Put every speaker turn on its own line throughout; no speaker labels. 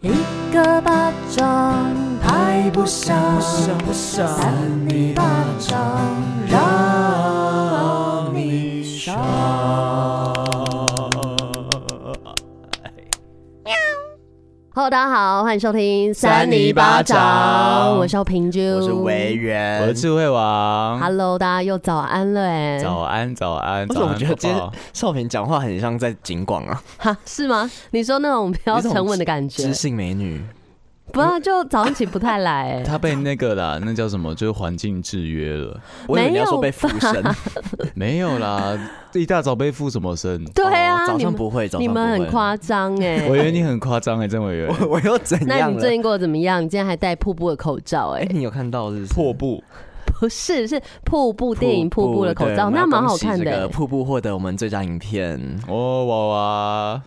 一个巴掌拍不响，
不想
扇你巴掌让你爽。Hello，大家好，欢迎收听
三尼巴掌
我是平君，
我是维人，
我的智慧王，
Hello，大家又早安了哎、
早安早安，
嗯为什么
早
我
安
觉得今
宝
天
宝
少平讲话很像在警广啊？
哈，是吗？你说那种比较沉稳的感觉
知，性美女，
不要就早上起不太来、 哎
他被那个啦，那叫什么，就是环境制约了，
我以为你要说
没
被
有
附 身，哦
没有 啦，一大早被附什么身？
对啊，
哦早
你
上
们
不会，早上
你
不
们
会
很，夸张哎
我。以为你很夸张哎，郑委员，
我我又怎
那
样
你
了？
最近过得怎么样？你今天还戴瀑布的口罩哎、
哎，你有看到是不是
破布，
不是，是瀑布电影《瀑布》的口
对
罩，
我们要
那蛮
恭
好
喜
看
这
的、
个
哎
瀑布获得我们最佳影片，
哦娃娃，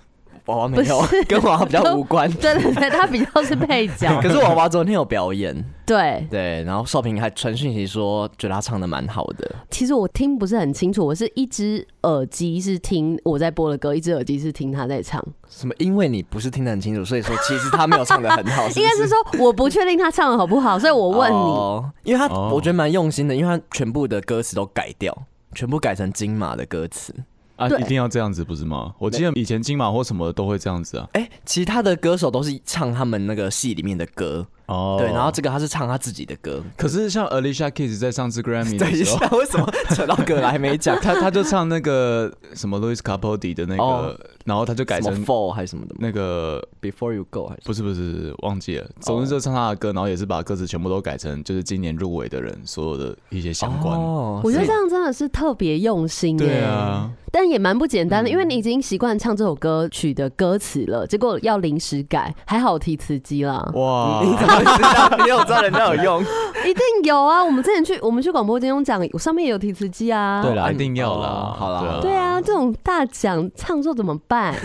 娃娃没有， 跟娃娃比较无关。
对对对，他比较是配角
可。是娃娃昨天有表演，
对，
对，然后少平还传讯息说，觉得他唱的蛮好的。
其实我听不是很清楚，我是一只耳机是听我在播的歌，一只耳机是听他在唱。
什么？因为你不是听得很清楚，所以说其实他没有唱的很好，
应该
不
是说我不确定他唱的好不好，所以我问你，
哦因为他
哦
我觉得蛮用心的，因为他全部的歌词都改掉，全部改成金马的歌词。
啊，
对
一定要这样子不是吗？我记得以前金马或什么都会这样子啊。
哎、其他的歌手都是唱他们那个戏里面的歌，
哦
对，然后这个他是唱他自己的歌。
可是像 Alicia Keys 在上次 Grammy
等
的
一
时候？
下，，为什么扯到葛莱美 奖
他他就唱那个什么 Louis Capaldi 的那
哦
个，然后他就改
什么
成
Fall 还是什么的吗
那个
？Before You Go 还是？
不是不是，忘记
哦
了。总之就唱他的歌，然后也是把歌词全部都改成就是今年入围的人所有的一些相关。
哦
我觉得
所以
这样真的是特别用心、耶。
对啊，
但也蛮不简单的，因为你已经习惯唱这首歌曲的歌词了，结果要临时改，还好提词机啦，
哦
哇，
你 怎么知道？你有知道人家有用？
一定有啊！我们之前去我们去广播金钟奖，上面也有提词机啊。
对啦，
哦
一定要啦
哦，好啦
对
好啦
对啊，这种大奖唱错怎么办？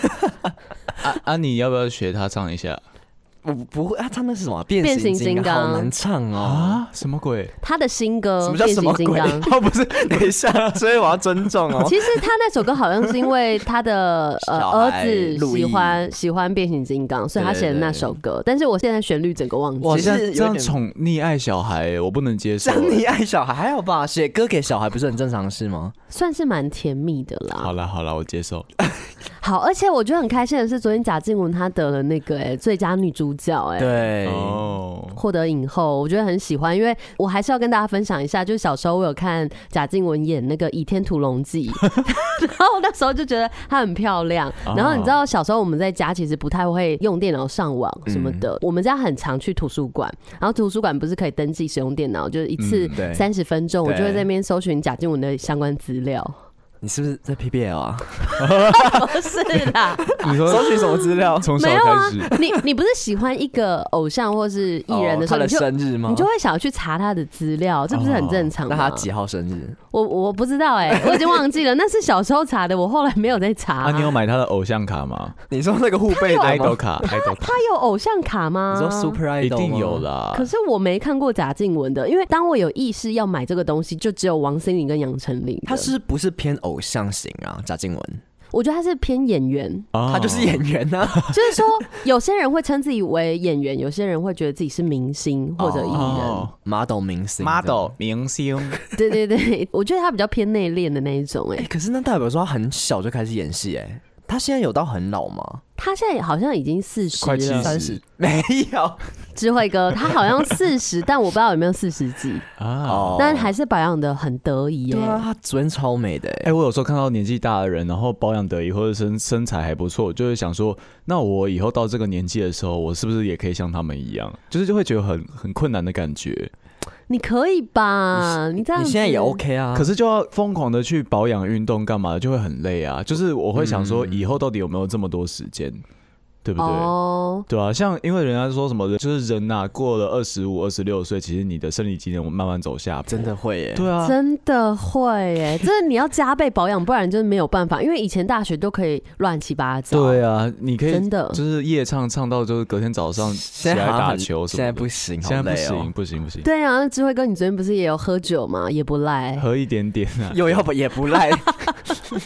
啊啊，你要不要学他唱一下
我不会，他唱的是什么？变
变形金
形金
刚
好难唱哦。
啊？什么鬼？
他的新歌
什么
《嗯
叫
变
什
形
么
金
鬼？
刚》。
哦，不是，等一下，所以我要尊 重哦。
其实他那首歌好像是因为他的 呃
小
儿
孩
子
路易
喜欢喜欢变形金刚，所以他写的那首歌。但是我现在旋律整个忘记
哇，
其实
这样
有
这样
点
宠溺爱小孩，我不能接受
像。你爱小孩还好吧？写歌给小孩不是很正常的事吗？
算是蛮甜蜜的啦。
哎好啦好啦，我接受。
好，而且我觉得很开心的是，昨天贾静雯她得了那个哎、最佳女主角哎、
对，
哦，
获得影后，我觉得很喜欢，因为我还是要跟大家分享一下，就是小时候我有看贾静雯演那个《倚天屠龙记》，然后那时候就觉得她很漂亮。然后你知道小时候我们在家其实不太会用电脑上网什么的，我们家很常去图书馆，然后图书馆不是可以登记使用电脑，就是一次
嗯
对
三十分钟，我就会
对
在那边搜寻贾静雯的相关资料。
你是不是在 PBL 啊？
不是啦，
你说
搜寻什么资料？
从小
没有
开
啊
始，
你你不是喜欢一个偶像或是艺人的时
哦他
候，你
的
就
生日吗？哦
你就会想要去查他的资料，这不是很正常
那
吗？
他几号生日？
我我不知道 哎、我已经忘记了，那是小时候查的，我后来没有再查。
啊，你有买他的偶像卡吗
你说那个护背的
？idol
吗？
卡，idol 卡
他有偶像卡吗？
你说 Super Idol
一定有
了。
啦。
可是我没看过贾静雯的，因为当我有意识要买这个东西，就只有王心凌跟杨丞琳的。
他是不是偏偶像型啊？贾静雯，
我觉得他是偏演 员，
啊
他就是演员啊。
就是说有些人会称自己为演员，有些人会觉得自己是明星或者艺人。
哦
model 明星
model 明星。
对对对，我觉得他比较偏内敛的那一种、
哎、
哎，
可是那代表说他很小就开始演戏哎、他现在有到很老吗？
他现在好像已经四十
快
了
70。
30没 有
智慧哥，他好像四十，但我不知道有没有四十几，
啊。
哦，
但还是保养的很得意耶、
对啊，他昨天超美的哎、
哎、我有时候看到年纪大的人，然后保养得宜或者身身材还不错，我就会想说，那我以后到这个年纪的时候，我是不是也可以像他们一样？就是就会觉得很很困难的感觉。
你可以吧？你这样
你现在也
子
OK 啊？
可
是
是就要疯狂的去保养、运动干嘛的，就会很累啊。就是我会想说，以后到底有没有这么多时间，对不对？
哦。
对啊，像因为人家说什么，就是人呐、过了二十五、二十六岁，其实你的生理机能慢慢走下坡。
真的会哎、
对啊，
真的会哎、真的你要加倍保养，不然就是没有办法。因为以前大学都可以乱七八糟，
对啊，你可以
真的
就是夜唱唱到就是隔天早上起
现在
来
好像
打
很
球什
现
么
在
的。
不行，好
现在不
累哦。
行，不行，不行，
对啊。那智慧哥，你昨天不是也有喝酒吗？也不 赖，
喝一点点啊
又要不也 不赖，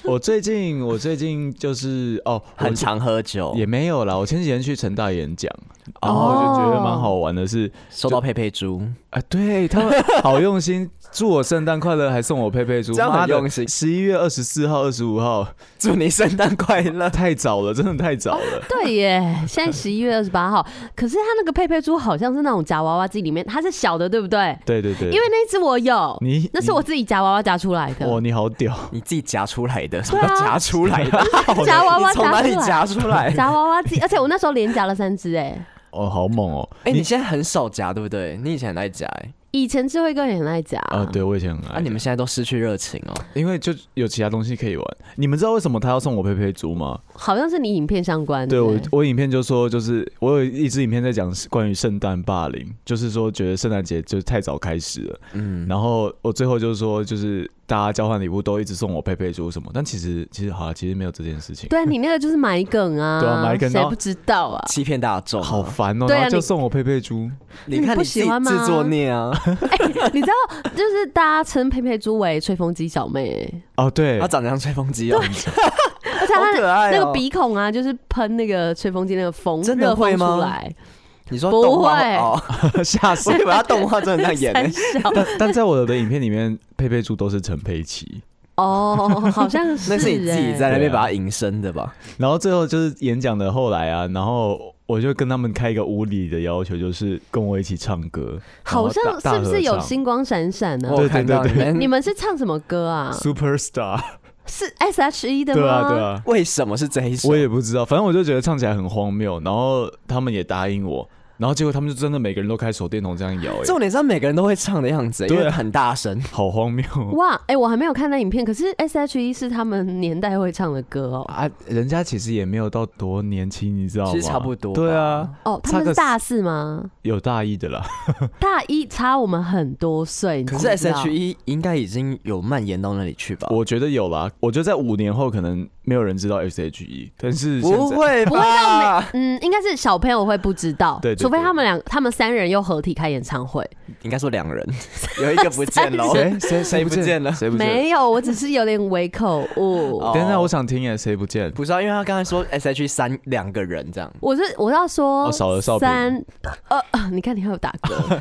我最近，我最近就是哦，我
很常喝酒，
也没有啦。我前几天去成大演讲，
哦
然后就觉得蛮好玩的是，
收到佩佩猪，
啊，对他们好用心，祝我圣诞快乐，还送我佩佩猪，
这样很用心
十一月二十四号、二十五号，
祝你圣诞快 乐。
太早了，真的太早了。
对耶，现在十一月二十八号，可是它那个佩佩猪好像是那种夹娃娃机里面，它是小的，对不对？
对对对，
因为那一只我有，
你哦
那是我自己夹娃娃夹出来的。
哇，你好屌，
你自己夹出来的，什
对
么
啊
叫 夹出来的？
夹娃娃
你从哪里
夹
夹出来？
夹娃娃机，而且我那时候连夹了三只哎。
哦，好猛哦！
哎，你现在很少夹，对不对？你以前很爱夹，哎，
以前智慧哥也很爱夹
啊，对我以前很
啊，
爱
你，们现在都失去热情哦。
因为就有其他东西可以玩。你们知道为什么他要送我佩佩猪吗？
好像是你影片相关的。
对
欸
我，我影片就说，就是我有一支影片在讲关于圣诞霸凌，就是说觉得圣诞节就太早开始了。
嗯，
然后我最后就说，就是大家交换礼物都一直送我佩佩猪什么，但其实其实好了，其实没有这件事情，
对啊你那个就是埋梗 啊，
对啊埋梗然
谁
后
不知道啊？
欺骗大众啊，
好烦哦、
对啊
然后就
你
送我佩佩猪，
你看
你不
自己
喜欢吗
自作孽啊！
哎你知道，就是大家称佩佩猪为吹风机小妹、欸，
哦，对
他，长得像吹风机哦，
而且
好
她
可爱哦
那个鼻孔啊，就是喷那个吹风机那个风，
真的
热风
会吗
出来，
你说
不
动画
会
哦，
吓死
我！以为他动画真的那样啊演
三
呢。
小
但但在我的影片里面，佩佩猪都是陈佩琪，
哦，好像是、欸，
那是你自己在那
对
边
啊
把它引申的吧？
然后最后就是演讲的后来啊，然后我就跟他们开一个无理的要求，就是跟我一起唱歌，然
好
后
像
大
是不是有？
大合唱
星光闪闪呢？
我
对
看到
对
你
对
你
们
们是唱什么歌啊？
Superstar，
是 S H E 的吗？
对啊对啊，
为什么是这一首？
我也不知道，反正我就觉得唱起来很荒谬，然后他们也答应我，然后结果他们就真的每个人都开手电筒这样摇、欸，
重点是他每个人都会唱的样子，因
对
为
啊
很大声。
好荒谬哦
哇，哎、我还没有看那影片，可是 S H E 是他们年代会唱的歌哦。
啊！人家其实也没有到多年轻，你知道吗？
其实差不多吧
对啊，
哦，他
差
们
个
是大四吗？
有大一的啦，
大一差我们很多岁，你
可
知
是
不
S
知道
H E 应该已经有蔓延到那里去吧？
我觉得有啦。我觉得在五年后可能没有人知道 S.H.E，但是现在
不会
不会到
吧？
嗯，应该是小朋友会不知道，
对对对
除非他们两他们三人又合体开演唱会。
应该说两人，有一个不见 了。哦
谁谁
谁不见了
谁不见？
没有，我只是有点微口 误。
哦
等一下，我想听耶，谁不见？
不知道，因为他刚才说 S H E 三两个人这样，
我是我要说
哦少了少平
三呃，呃你看你还有打 嗝，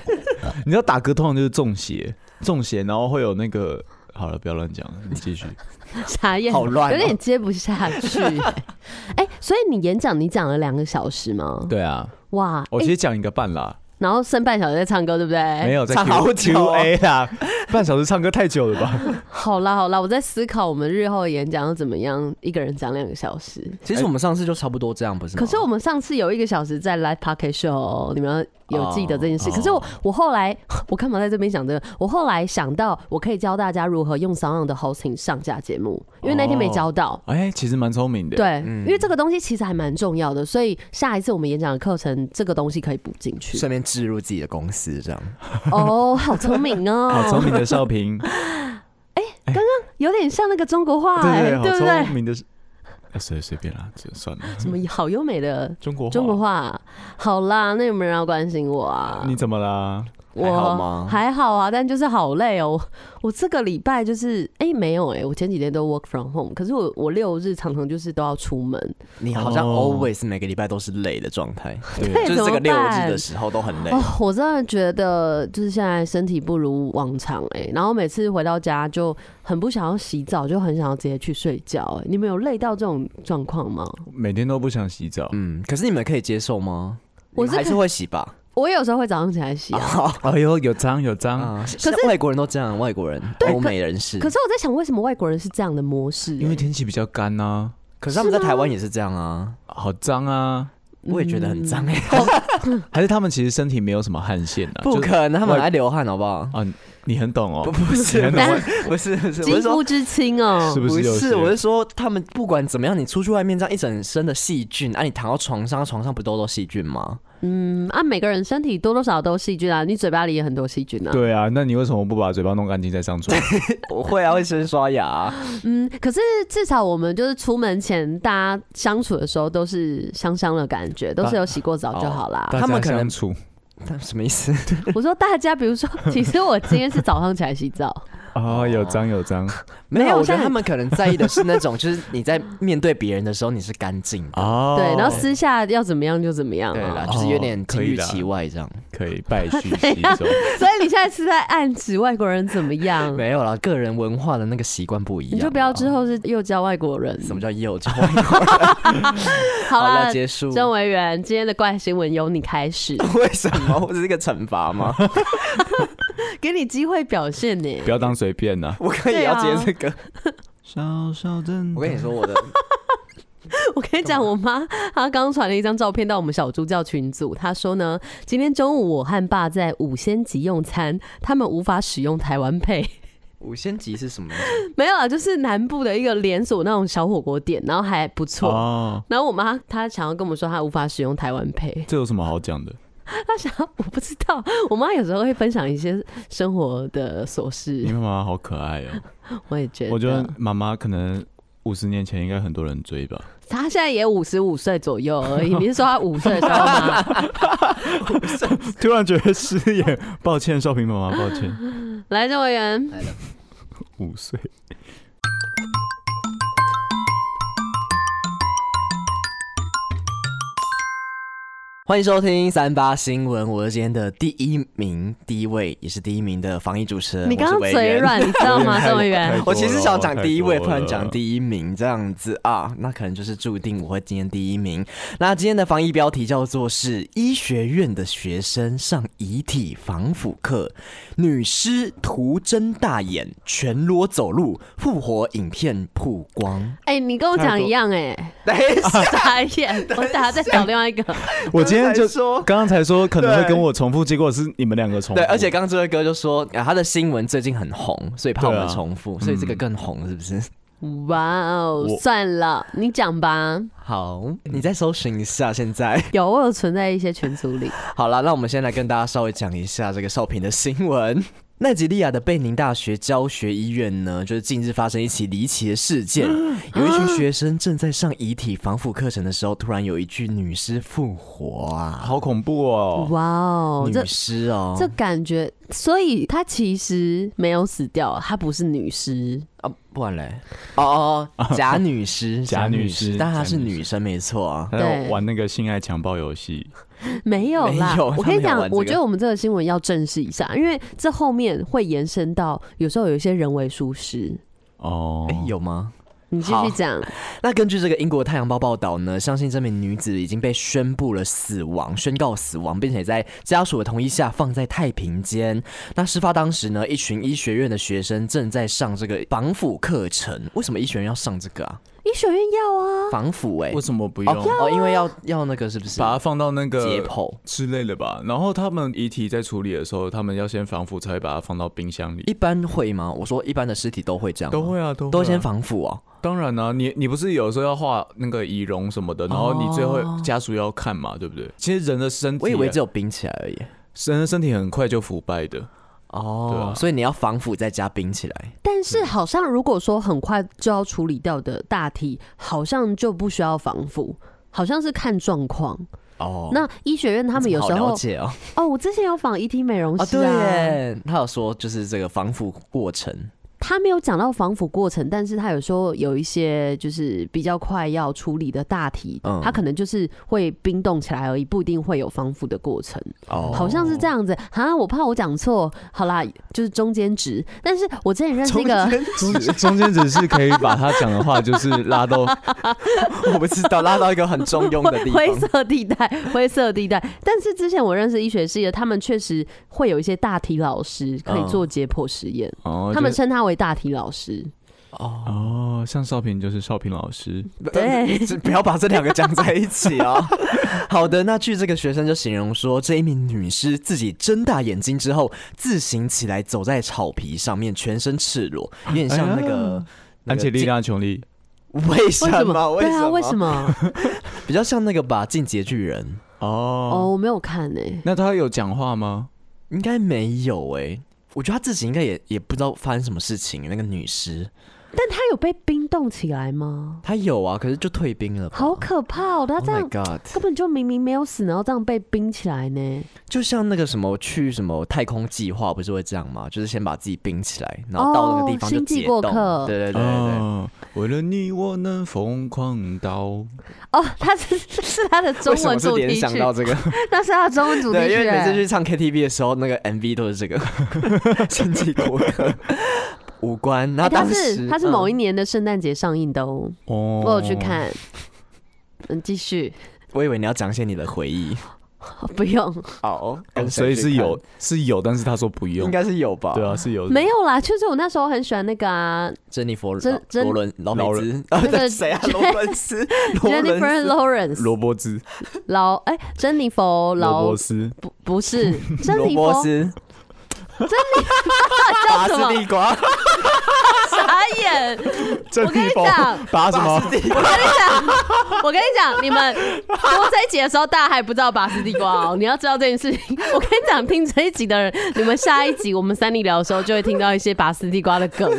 你知道打嗝通常就是中邪，中邪，然后会有那个。好了，不要乱讲，了，你 继续。
傻眼，
好乱哦
有点接不下去。 哎，所以你演讲你讲了两个小时吗？
对啊，
哇，
我
哎
其实讲一个半啦，
然后剩半小时在唱歌，对不对？
没有在
唱
Q,
哎好久
Q
哦
A 啦，半小时唱歌太久了 吧？
好啦好啦，我在思考我们日后的演讲要怎么样，一个人讲两个小时。
哦
其实我们上次就差不多这样，不是吗？
可是我们上次有一个小时在 live pocket show，哦你们要有记得这件事。
哦
可是我我后来 我干嘛在这边想这个？我后来想到我可以教大家如何用 Sound 的 hosting 上架节目，因为那天没教到。
哎、其实蛮聪明的。，
对，因为这个东西其实还蛮重要的，所以下一次我们演讲的课程，这个东西可以补进去。
顺便置入自己的公司这样。
哦，好聪 明
好
哦，
聪明的少 平，
有点像那个中国话、哎，
对对，
对
好
不对
聪？明的，哎随随便啦，这算了。
什么好优美的
中国话
中国话？好啦，那有没有人要关心我啊？
你怎么 啦？
我
还好吗
还好啊，但就是好累哦。 我我这个礼拜就是，哎、没有哎、我前几天都 work from home，可是我我六日常常就是都要出门，
你好像
哦
always 每个礼拜都是累的状态，
对，
就是这
怎
个
么
六
办
日的时候都很累
哦。，我真的觉得就是现在身体不如往常哎、然后每次回到家就很不想要洗澡，就很想要直接去睡觉、哎，你们有累到这种状况吗？
每天都不想洗澡。
嗯，可是你们可以接受吗？
我
你们
是
还是
可
会洗吧？
我有时候会早上起来洗啊，
哎呦，有脏有脏，
啊，可是外国人都这样，外国人、欧美人士，
可是我在想为什么外国人是这样的模式、
因为
哎
天气比较干呐、
可是他们在台湾也是这样啊，
好脏啊。
我也觉得很脏哎、
还是他们其实身体没有什么汗腺啊？
不
就
可能，他们很爱流汗，好不好？
啊，你很懂
不
哦，
不是
你
不
很
懂
是 不是不是，
肌
我是
肤
说
之亲哦、
是不
不
是有些？
是，我是说他们不管怎么样，你出去外面这样一整身的细菌，啊，你躺到床上，床上不都都细菌吗？
嗯，啊，每个人身体多多少少都有细菌啊，你嘴巴里也很多细菌啊。
对啊，那你为什么不把嘴巴弄干净再上床？
我会啊，会先刷牙啊，
嗯，可是至少我们就是出门前大家相处的时候都是香香的感觉，都是有洗过澡就好啦。
哦
大家
他们可能
相处
他什么意思？
我说大家，比 如说，其实我今天是早上起来洗澡，
啊，有脏有 脏
没有
我
我现在
觉得他
很
们可能在意的是那种，就是你在面对别人的时候你是干净的，
哦，
对，
啊
然后私下要怎么样就怎么样
对啦，
啊。
就是有点
哦
金
可以
玉
的
其外这样。
可以败絮其 中。
啊
所以你现在是在暗指外国人怎么样？
没有啦，啊个人文化的那个习惯不一样
你
啦。
就不要之后是又教外国人。
什么叫幼教？
好
好
啦
了，，结束。
郑维元，今天的怪新闻由你开 始，
为什么？我是一个惩罚吗？
给你机会表现呢。
不要当随便啊呐、
我可以要接这个。
稍稍等
我跟你说，我的
我跟你讲，我妈她刚传了一张照片到我们小助教群组，她说呢，今天中午我和爸在五仙集用餐，他们无法使用台湾配。
五仙级是什么东西？
没有啊，就是南部的一个连锁那种小火锅店，然后还不错。
哦，
然后我妈她想要跟我们说，她无法使用台湾配，
这有什么好讲的？
她想要我不知道。我妈有时候会分享一些生活的琐事
你，妈妈好可爱哦、
我也
啊
觉得。
我觉得妈妈可能五十年前应该很多人追吧。
她现在也五十五岁左右而已。你是说她五岁的时候吗？
突然觉得失言， 抱歉，少平妈妈，抱歉。
来，郑委员，
来了，
五岁。
欢迎收听三八新闻，我是今天的第一名，第一位也是第一名的防疫主持人。
你刚刚
我是维
嘴
园。
软，你知道吗？郑委员
太，
我其实想讲第一位，
太多
不
了
然讲第一名这样子啊，那可能就是注定我会今天第一名。那今天的防疫标题叫做是医学院的学生上遗体防腐课，女尸图睁大眼，全裸走路，复活影片曝 光。
哎、你跟我讲一样哎、
等一下，
傻 眼，我等下再找另外一个。
我今天就
刚才说
刚刚才说可能会跟我重复，结果是你们两个重复。
对，而且刚刚这位哥就说啊，他的新闻最近很红，所以怕我们
对啊
重复，所以这个更红是不 是？
哇哦，
我
算了，你讲吧。
好，你再搜寻一下现在。
有，我有存在一些群组里。
好了，那我们先来跟大家稍微讲一下这个少平的新闻。 奈及利亚的贝宁大学教学医院呢，就是近日发生一起离奇的事件，有一群学生正在上遗体防腐课程的时候，突然有一具女尸复活啊！
好恐怖哦！
哇哦，这
女尸哦，
这感觉，所以她其实没有死掉，她不是女 尸。
啊，不然嘞，哦哦， 哦假女尸，
假女尸
但她是
假女尸
女生没错啊。
还有玩那个性爱强暴游戏，
没有啦，
没有
我跟你
他没有
讲，
玩这个
我觉得我们这个新闻要正视一下，因为这后面会延伸到有时候有一些人为疏失。
哦
哎，，有吗？
你继
好
续讲，
那根据这个英国《太阳报》报道呢，相信这名女子已经被宣布了死亡，宣告死亡，并且在家属的同意下放在太平间。那事发当时呢，一群医学院的学生正在上这个防腐课程。为什么医学院要上这个啊？
医学院要啊，
防腐哎、
为什么不用
哦哦，因为要要那个是不是？
把它放到那个
解剖
之类的吧？然后他们遗体在处理的时候，他们要先防腐，才会把它放到冰箱里。
一般会吗？我说一般的尸体都会这样吗，
都会啊，都会啊
都先防腐哦。
当然啊，你你不是有时候要画那个仪容什么的，然后你最后家属要看嘛，对不对？其实人的身体，啊
哦我以为只有冰起来而已。
人的身体很快就腐败的，对
哦，
啊
所以你要防腐再加冰起来。
但是好像如果说很快就要处理掉的大体，好像就不需要防腐。好像是看状况。
哦，
那医学院他们有时
好
候
了解哦。
哦，我之前有访 ET 美容
啊，
师
对
啊，
耶，他有说就是这个防腐过程，
他没有讲到防腐过程，但是他有说有一些就是比较快要处理的大体，
嗯
他可能就是会冰冻起来而已，不一定会有防腐的过程，
哦
好像是这样子。啊，我怕我讲错，好啦，就是中间值。但是我之前认识一个，
中 中间只是可以把他讲的话就是拉 到
我不知道，拉到一个很中庸的地
灰
方。
色地带，灰色地带。但是之前我认识医学系的，他们确实会有一些大体老师可以
嗯
做解剖实验，
哦，
他们
就是
称他为大体老师。
哦，
哦，像少平就是少平老师，
对
不，呃不要把这两个讲在一起哦。 好的，那据这个学生就形容说，这一名女尸自己睁大眼睛之后，自行起来走在草皮上面，全身赤裸，有点像那个。那
安
个
吉丽
进
娜·琼丽，
为什么？
对啊，为
什
什
么？
么？
比较像那个吧，《进阶巨人
哦，
哦，
我没有看诶、
那他有讲话吗？》
应欸该没有哎、我觉得他自己应该也也不知道发生什么事情，那个女尸
但他有被冰冻起来吗？
他有啊，可是就退兵了吧。
好可怕哦！他
Oh
这
my
样
god！
根本就明明没有死，然后这样被冰起来 呢。
就像那个什么去什么太空计划，不是会这样吗？就是先把自己冰起来，然后到那个地方
哦
就
星际
解
过
冻。
客
对对对对对。
哦，为了你，我能疯狂到。
哦，他是是他的中
为什
文
么是
主
联
题
想
曲，
到这个？
那是他的中文主题
对，因
曲
为每次
欸。
去唱 KTV 的时候，那个 MV 都 是这个星际国歌无关。然
哎
后
他
当
是
时
他是某一
嗯
年的圣诞节上映的哦，
哦，
我有去。看。嗯，继续，
我以为你要讲一些你的回忆，
不用，
哦，
哦所以是有，是有，但是他说不
应
用。
该是有吧？
对，啊，是有。
没有啦。就是我那时候很喜欢那个啊
珍妮佛
珍珍
罗伦劳
劳
美
伦
兹，那
那个
谁啊？罗伦斯，罗伦斯
，Jennifer Lawrence，
萝卜汁，
劳哎，珍妮
萝
佛劳
卜丝，
不不 是珍
罗
妮
伯
佛，
斯，
叫
拔
什么
丝地瓜，
傻 眼。
真
我跟你讲
拔什
拔丝
么？
地瓜
我跟你讲，我跟你讲，你们播这一集的时候，大家还不知道拔丝地瓜哦。你要知道这件事情。我跟你讲，听这一集的人，你们下一集我们三里聊的时候，就会听到一些拔丝地瓜的梗。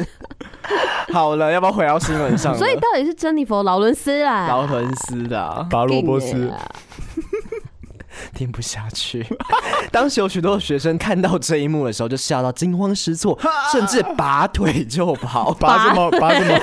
好了，要不要回到新闻上了？
所以到底是珍妮佛劳伦斯啦，
劳伦斯的啊
拔萝卜
定
丝
欸。啊
听不下 去。当时有许多学生看到这一幕的时候，就吓到惊慌失措，甚至拔腿就跑。
拔 什么？拔什么？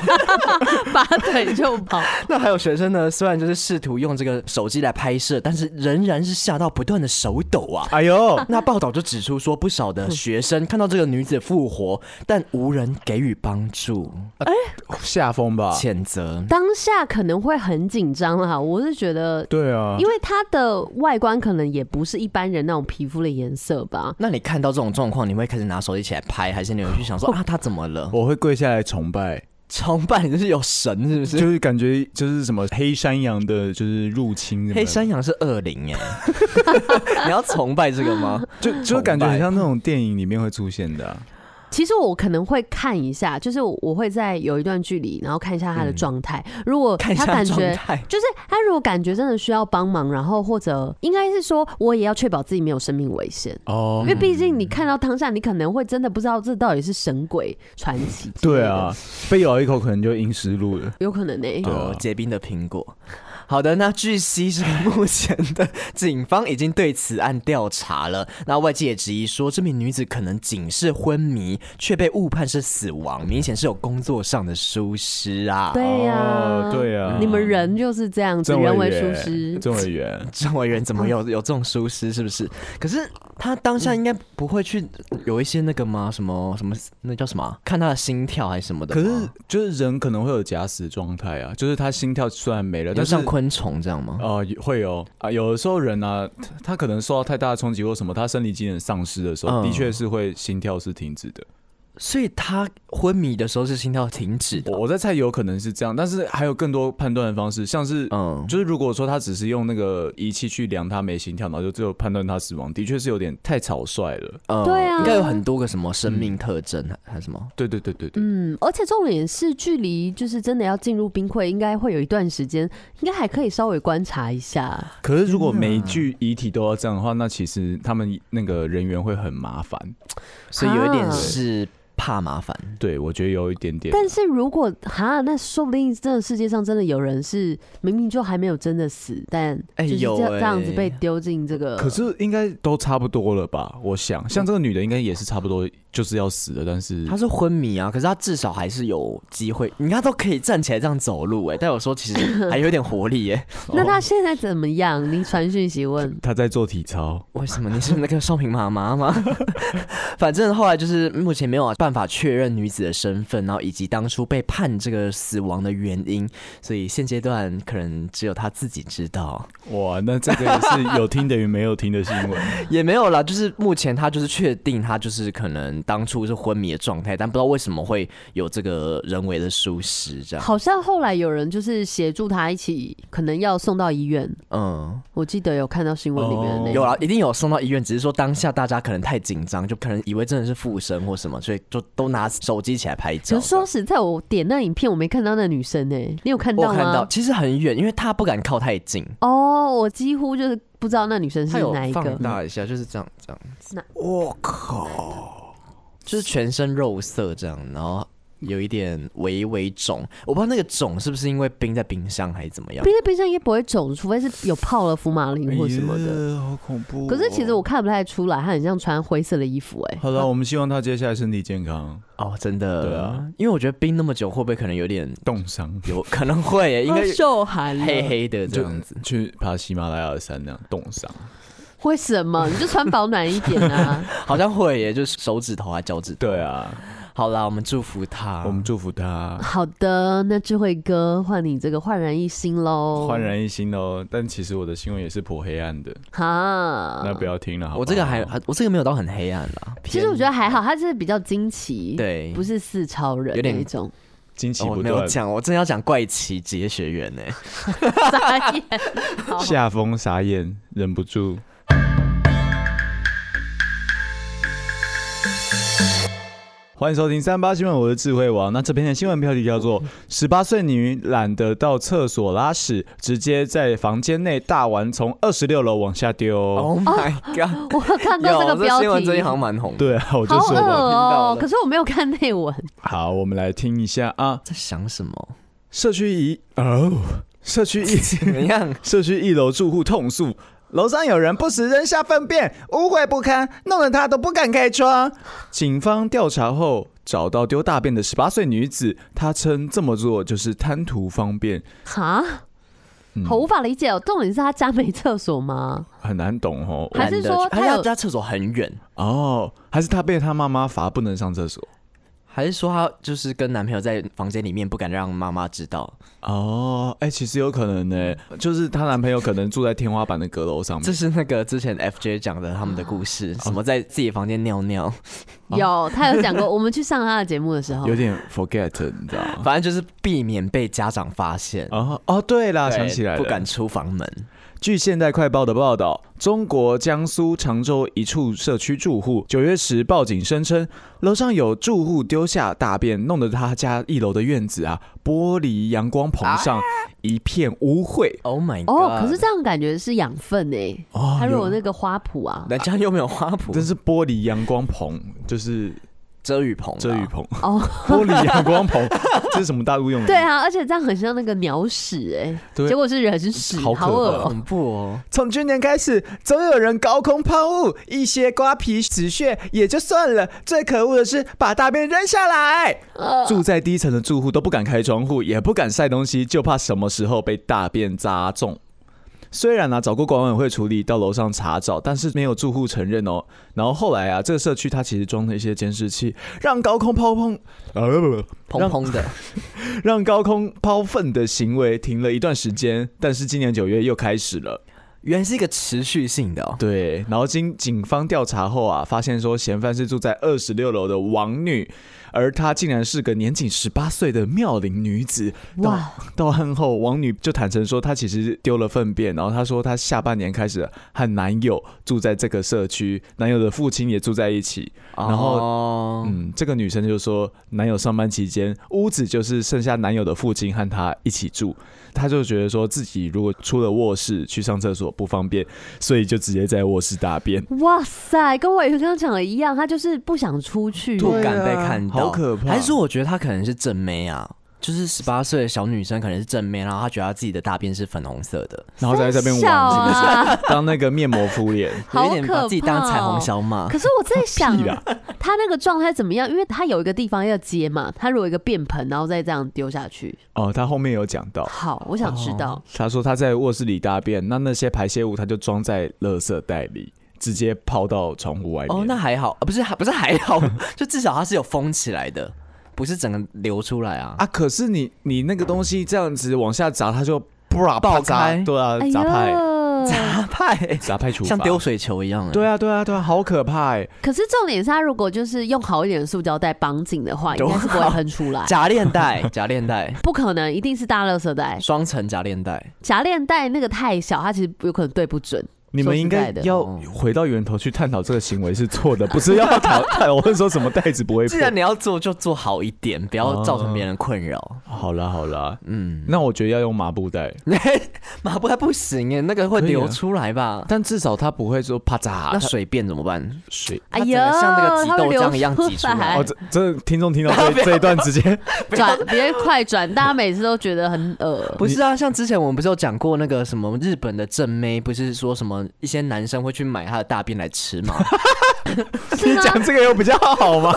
拔腿就跑。
那还有学生呢，虽然就是试图用这个手机来拍摄，但是仍然是吓到不断的手抖啊。
哎呦，
那报道就指出说，不少的学生看到这个女子复活，但无人给予帮助，
下风吧？
谴责。
当下可能会很紧张啦，我是觉得。
对嗯啊
因，为它的外观可能也不是一般人那种皮肤的颜色吧，
那你看到这种状况，你会开始拿手机起来拍，还是你会去想
哦
说啊，她怎么了？
我会跪下来崇拜，
崇拜你就是有神是不是？
就是感觉就是什么黑山羊的，就是入侵什么的
黑山羊是恶 灵哎，你要崇拜这个吗？
就就是感觉很像那种电影里面会出现的啊、
其实我可能会看一下，就是我我会在有一段距离，然后看一下
嗯
他的状态。如果
看一
他
下
感
状
觉，
态。
就是他如果感觉真的需要帮忙，然后或者嗯应该是说，我也要确保自己没有生命危险，因
哦
为。毕竟你看到当下，你可能会真的不知道这到底是神鬼传奇。
对啊，，被咬一口可能就阴湿路了。
有可能呢、欸
对啊
哦，结冰的苹果。好的，那据悉，这个目前的警方已经对此案调查了。那外界也质疑说，这名女子可能仅是昏迷，却被误判是死亡，明显是有工作上的疏失啊。
对呀、
哦对啊
你们人就是这样子，
郑
人
委
为
员，
疏失。
郑委员，
郑委员怎
嗯
么有有这种疏失？是不是？可是他当下应该不会去有一些那个吗？什么什么那叫什么啊？看他的心跳还是什么的
可
吗？
是就是人可能会有假死状态啊，就是他心跳虽然没了，
就
但是
像昆虫这样吗？
呃会有啊，有的时候人啊，他他可能受到太大的冲击或什么，他生理机能丧失的时候，
嗯
的确是会心跳是停止的。
所以他昏迷的时候是心跳停止的
我。我在猜有可能是这样，但是还有更多判断的方式，像是
嗯，
就是如果说他只是用那个仪器去量他没心跳，然后就最后判断他死亡，的确是有点太草率了。
呃
对啊
应该有很多个什么生命特征啊还还是什么？
对对对对对，
嗯，而且重点是距离就是真的要进入冰柜，应该会有一段时间，应该还可以稍微观察一下。
可是如果每一具遗体都要这样的话，那其实他们那个人员会很麻烦。
所以有一点
啊
是怕麻烦。
对，我觉得有一点点。
但是如果哈，那说不定这个世界上真的有人是明明就还没有真的死，但
哎
就是
有
这样这样子
哎
被丢进这个。
可是应该都差不多了吧？我想，像这个女的应该也是差不多就是要死的，但是
他是昏迷啊，可是他至少还是有机会，你看都可以站起来这样走路哎、但我说其实还有点活力欸耶、
那
哦
他现在怎么样？你传讯息问。
她在做体操。
为什么你是那个少平妈妈 吗？反正后来就是目前没有办法确认女子的身份，然后以及当初被判这个死亡的原因，所以现阶段可能只有他自己知道。
哇，那这个也是有听等于没有听的新闻。
也没有啦，就是目前他就是确定他就是可能当初是昏迷的状态，但不知道为什么会有这个人为的疏失这样。
好像后来有人就是协助他一起，可能要送到医院。
嗯，
我记得有看到新闻里面的那
哦
个。
有啦，一定有送到医院，只是说当下大家可能太紧张，就可能以为真的是附身或什么，所以就都拿手机起来拍
只
照。
是说实在，我点那影片，我没看到那女生呢、你有看
我
到
有
吗？
看到，其实很远，因为他不敢靠太近。
哦，我几乎就是不知道那女生是
他有
哪一
放
个。
大一下，就是这样这样
那
子。我靠！就是全身肉色这样，然后有一点微微肿，我不知道那个肿是不是因为冰在冰箱还是怎么样。
嗯冰在冰箱应该不会肿，除非是有泡了福马林或什么的。
哎呀好恐怖哦、
可是其实我看不太出来，他很像穿灰色的衣服、哎，
好了，我们希望他接下来身体健康，
哦，真的，
对啊，
因为我觉得冰那么久会不会可能有点
冻伤
有可能 会 耶，应该
受寒了，
黑黑的这
就
样子。
去爬喜马拉雅山那样冻伤。
为什么？你就穿保暖一点啊！
好像会耶，就是手指头啊、脚趾头。
对啊，
好啦，我们祝福他。
我们祝福他
好的，那智慧哥换你这个焕然一新喽，
焕然一新哦。但其实我的新闻也是颇黑暗的，
哈，
那不要听了好不好
我这个还还我这个没有到很黑暗啦。
其实我觉得还好，他是比较惊奇，，
对，
不是四超人
有点
那种。
惊奇
哦我
不
没有
断，
讲，我真的要讲怪奇职业学欸院呢。
傻眼，好
下风傻眼，忍不住。欢迎收听三八新闻，我是智慧王。那这篇的新闻标题叫 做“十八岁女懒得到厕所拉屎，直接在房间内大玩，从二十六楼往下丢”。
Oh my god！
我有看过
有
哦这个标
新闻
题，
最近好像蛮红的。
对啊，我就
好
说
恶
了。
哦、
我听到了
可是我没有看内文，
好，我们来听一下啊，
在想什么？
社区一哦，社区一
怎么样？
社区一楼住户痛诉，楼上有人不时扔下粪便，污秽不堪，弄得他都不敢开窗。警方调查后找到丢大便的十八岁女子，她称这么做就是贪图方便，
哈，
嗯
好无法理解哦。重点是他家没厕所吗？
很难懂哦。
还是说他
他
有
哎要家厕所很远？
哦，还是她被她妈妈罚不能上厕所？
还是说她就是跟男朋友在房间里面不敢让妈妈知道？
哦，哎、其实有可能呢、就是她男朋友可能住在天花板的阁楼上
这
面。
是那个之前 FJ 讲的他们的故事，什么在自己房间尿尿，
有，他有讲过。 我们去上他的节目的时候
哦有，点 forget，你知道吗？
反正就是避免被家长发现。
哦哦，对啦，
对
想起来了，
不敢出房门。
据《现代快报》的报道，中国江苏常州一处社区住户九月时报警声称，楼上有住户丢下大便，弄得他家一楼的院子啊，玻璃阳光棚上
啊
一片污秽。
Oh my god！
哦，可是这样感觉是养分哎、
哦
他如果
有
有那个花圃啊，
人家又没有花圃，
真是玻璃阳光棚，就是
遮雨棚啦，啊
遮雨棚
哦
玻璃阳光棚，这是什么大陆用语？
对啊，而且这样很像那个鸟屎哎、
对
结果是人屎，
好
好
可
恶
怕
哦、
恐怖哦。
从去年开始，总有人高空抛物，一些瓜皮纸屑也就算了，最可恶的是把大便扔下来。
呃
住在低层的住户都不敢开窗户，也不敢晒东西，就怕什么时候被大便砸中。虽然啊，找过管委会处理，到楼上查找，但是没有住户承认哦。然后后来啊，这个社区它其实装了一些监视器，让高空抛碰，呃，不不不，
砰砰的，
让高空抛粪的行为停了一段时间。但是今年九月又开始了。
原来是一个持续性的哦。
对，然后经警方调查后啊，发现说嫌犯是住在二十六楼的王女，而她竟然是个年仅十八岁的妙龄女子。到
哇，
到案后，王女就坦诚说，她其实丢了粪便，然后她说她下半年开始和男友住在这个社区，男友的父亲也住在一起。然后
后
嗯，这个女生就说，男友上班期间，屋子就是剩下男友的父亲和她一起住，她就觉得说自己如果出了卧室去上厕所不方便，所以就直接在卧室大便。
哇塞，跟我刚刚讲的一样，他就是不想出去，
不
对
敢被
啊
看到，
好可怕
还是说我觉得她可能是正妹啊，就是十八岁的小女生，可能是正妹，然后她觉得她自己的大便是粉红色的，
然后在这边
笑
玩，是不是？
啊，
当那个面膜敷 脸，
好
有一点
可
把自己当彩虹
怕哦
小马。
可是我在想
屁啦，
他那个状态怎么样？因为他有一个地方要接嘛，他如果有一个便盆，然后再这样丢下去。
哦，他后面有讲到，
好，我想知道。
他说他在卧室里大便，那那些排泄物他就装在垃圾袋里，直接抛到窗户外面。
哦，那还好，啊、不是还不是还好，就至少它是有封起来的，不是整个流出来啊。
啊，可是你你那个东西这样子往下砸，他就啪
爆
砸
开
对啊
哎，
砸派
呀，
啊派，
砸派处罚
像丢水球一样、欸。
对啊，对啊，对啊，好可怕哎！
可是重点是他如果就是用好一点的塑胶袋绑紧的话，应
多
该是不会喷出
啊
来。
假 链带，假链带，
不可能，一定是大垃圾袋。
双层假链带。
夹链带那个太小，它其实有可能对不准。
你们应该要
哦
回到源头去探讨这个行为是错的，不是要 淘汰。我是说什么袋子不会破
既？然你要做，就做好一点，不要造成别人困扰。
好啦好啦，
嗯，
那我觉得要用麻布袋，
马布袋不行哎，那个会
可以啊
流出来吧？
但至少它不会说啪嚓
那水变怎么办？
水。
哎
它整
呦，
个像那个挤
它会
豆
流
浆一样挤出来
哦，这这听众听到 这这一段直接
转，别快转，大家每次都觉得很 恶
不是啊，像之前我们不是有讲过那个什么日本的正妹，不是说什么一些男生会去买她的大便来吃 吗？
你讲这个又比较好 吗？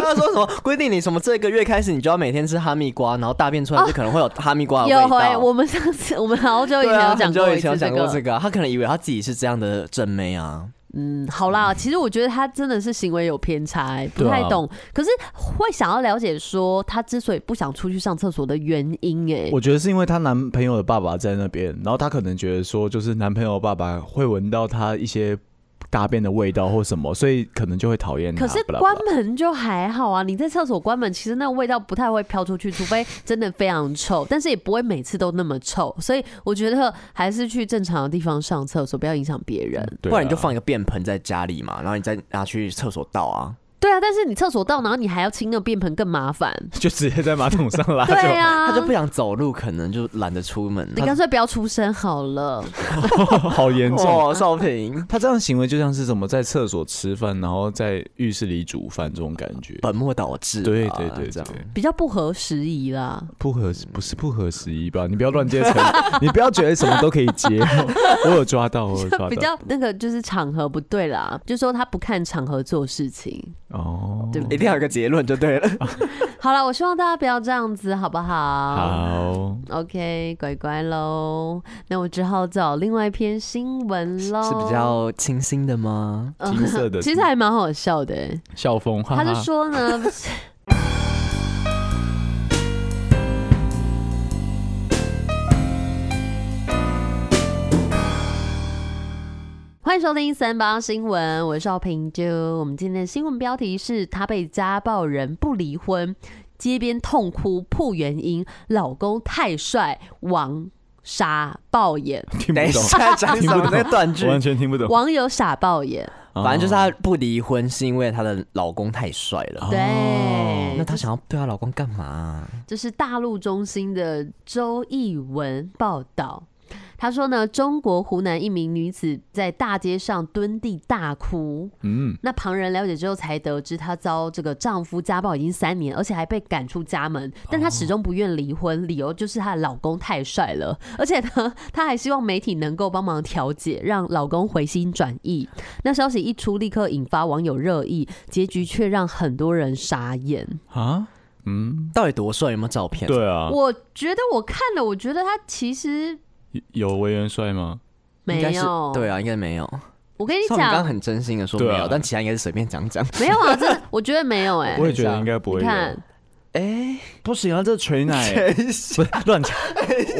他说什么规定你什么这个月开始你就要每天吃哈密瓜，然后大便出来就可能 会有哈密瓜的味
有
道。
哎、我们上次我们好久以
对
前
啊，
有
很
讲
久
过一
以前有
次这
讲过这
个，
个啊，他可能以为他自己是这样的正妹啊。
嗯，好啦，其实我觉得他真的是行为有偏差、哎不
对啊
太懂，可是会想要了解说他之所以不想出去上厕所的原因、哎，
我觉得是因为她男朋友的爸爸在那边，然后她可能觉得说，就是男朋友爸爸会闻到她一些大便的味道或什么，所以可能就会讨厌她。
可
啊
是
巴拉巴
关
拉
门就还好啊，你在厕所关门，其实那个味道不太会飘出去，除非真的非常臭，但是也不会每次都那么臭， 所以我觉得还是去正常的地方上厕所，不要影响别人。
对啊
不然你就放一个便盆在家里嘛，然后你再拿去厕所倒啊。
对啊，但是你厕所到，然后你还要清那个便盆，更麻烦。
就直接在马桶上拉就。
对啊，
他就不想走路，可能就懒得出门。
你干脆不要出声好了。
好严重。
哦，少平，
他这样行为就像是怎么在厕所吃饭，然后在浴室里煮饭这种感觉。
本末倒置啊。
对对对
这
对
样，。
比较不合时宜啦，
不合
嗯
不是不合时宜吧？你不要乱接成 语，你不要觉得什么都可以接。 我有抓到，我有抓
比
到。
较那个就是场合不对啦，就说他不看场合做事情，
哦，
对不
一
对？
定要有个结论就对了。嗯
好了，我希望大家不要这样子，好不
好，
OK，乖乖喽。那我只好找另外一篇新闻喽，
啊是比较清新的吗？
金色的
嗯其实还蛮好笑的欸。
校风，哈
他就
哈
说呢， 不是欢迎收听三八新闻，我是邵平啾。我们今天的新闻标题是：她被家暴人不离婚，街边痛哭破原因，老公太帅，王傻爆眼，
听
等一
不懂，
下讲什么那个断句
我，完全哦听不懂。
网友傻爆眼。
反正就是她不离婚是因为她的老公太帅了。
对，
哦
那她想要对她老公干嘛啊？
这是大陆中心的周逸文报道。他说呢，中国湖南一名女子在大街上蹲地大哭，
嗯，
那旁人了解之后才得知，她遭这个丈夫家暴已经三年，而且还被赶出家门，但她始终不愿离婚，理由就是她的老公太帅了，而且呢， 她还希望媒体能够帮忙调解，让老公回心转意。那消息一出，立刻引发网友热议，结局却让很多人傻眼。
啊，嗯，
到底多帅？有没有照片？
对啊，
我觉得我看了，我觉得他其实
有维元帅吗？
没
应该是
有。
对啊，应该没有。
我跟你
少平刚刚
讲，
很真心的说没
对
有，
啊
但其他应该是随便讲讲。
没有 啊，真的，我觉得没有哎、
我也觉得应该不
你
会
看
有。，
哎，
不行啊，这锤 奶
等一下
不是乱讲，